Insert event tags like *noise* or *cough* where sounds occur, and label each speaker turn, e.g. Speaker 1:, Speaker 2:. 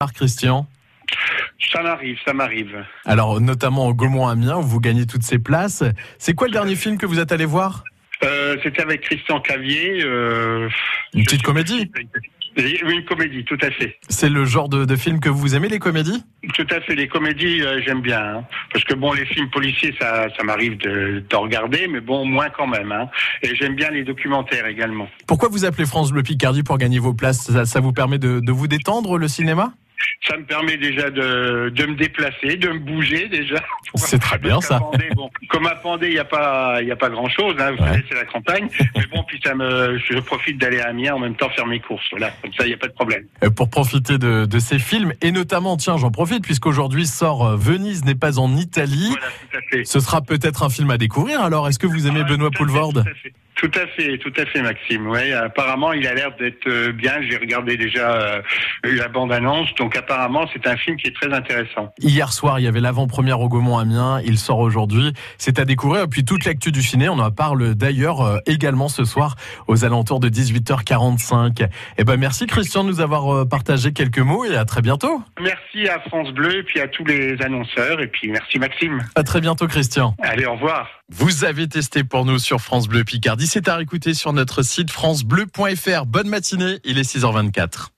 Speaker 1: Marc Christian.
Speaker 2: Ça m'arrive, ça m'arrive.
Speaker 1: Alors, notamment au Gaumont-Amiens, où vous gagnez toutes ces places. C'est quoi le dernier film que vous êtes allé voir
Speaker 2: Euh, C'était avec Christian Clavier. euh,
Speaker 1: Une
Speaker 2: je
Speaker 1: petite
Speaker 2: sais
Speaker 1: comédie
Speaker 2: plus. Oui, une comédie, tout à fait.
Speaker 1: C'est le genre de, de film que vous aimez, les comédies
Speaker 2: Tout à fait, les comédies, euh, j'aime bien. hein. Parce que bon, les films policiers, ça, ça m'arrive de, d'en regarder, mais bon, moins quand même. hein. Et j'aime bien les documentaires également.
Speaker 1: Pourquoi vous appelez France Bleu Picardie pour gagner vos places ça, ça vous permet de, de vous détendre, le cinéma
Speaker 2: Ça me permet déjà de, de me déplacer, de me bouger déjà.
Speaker 1: *laughs* C'est très bien,
Speaker 2: Parce qu'à
Speaker 1: ça.
Speaker 2: Pendée, bon, comme à Pendée, il n'y a pas, il y a pas grand chose. Hein, vous
Speaker 1: Ouais.
Speaker 2: savez, c'est la campagne. Mais bon, puis ça me, je profite d'aller à Amiens en même temps faire mes courses. Voilà, comme ça, il n'y a pas de problème.
Speaker 1: Euh, Pour profiter de, de ces films, et notamment, tiens, j'en profite, puisqu'aujourd'hui sort euh, Venise n'est pas en Italie.
Speaker 2: Voilà, tout à fait.
Speaker 1: Ce sera peut-être un film à découvrir, alors est-ce que vous aimez
Speaker 2: Ah,
Speaker 1: Benoît
Speaker 2: tout à fait,
Speaker 1: Poulvorde
Speaker 2: tout à fait. Tout à fait, tout à fait, Maxime. Ouais, apparemment, il a l'air d'être euh, bien. J'ai regardé déjà euh, la bande-annonce, donc apparemment, c'est un film qui est très intéressant.
Speaker 1: Hier soir, il y avait l'avant-première au Gaumont-Amiens. Il sort aujourd'hui. C'est à découvrir. Et puis toute l'actu du ciné, on en parle d'ailleurs euh, également ce soir aux alentours de 18h45. Eh ben, merci Christian de nous avoir euh, partagé quelques mots et à très bientôt.
Speaker 2: Merci à France Bleu et puis à tous les annonceurs et puis merci Maxime.
Speaker 1: À très bientôt Christian.
Speaker 2: Allez, au revoir.
Speaker 1: Vous avez testé pour nous sur France Bleu Picardie. C'est à réécouter sur notre site francebleu.fr. Bonne matinée. Il est 6h24.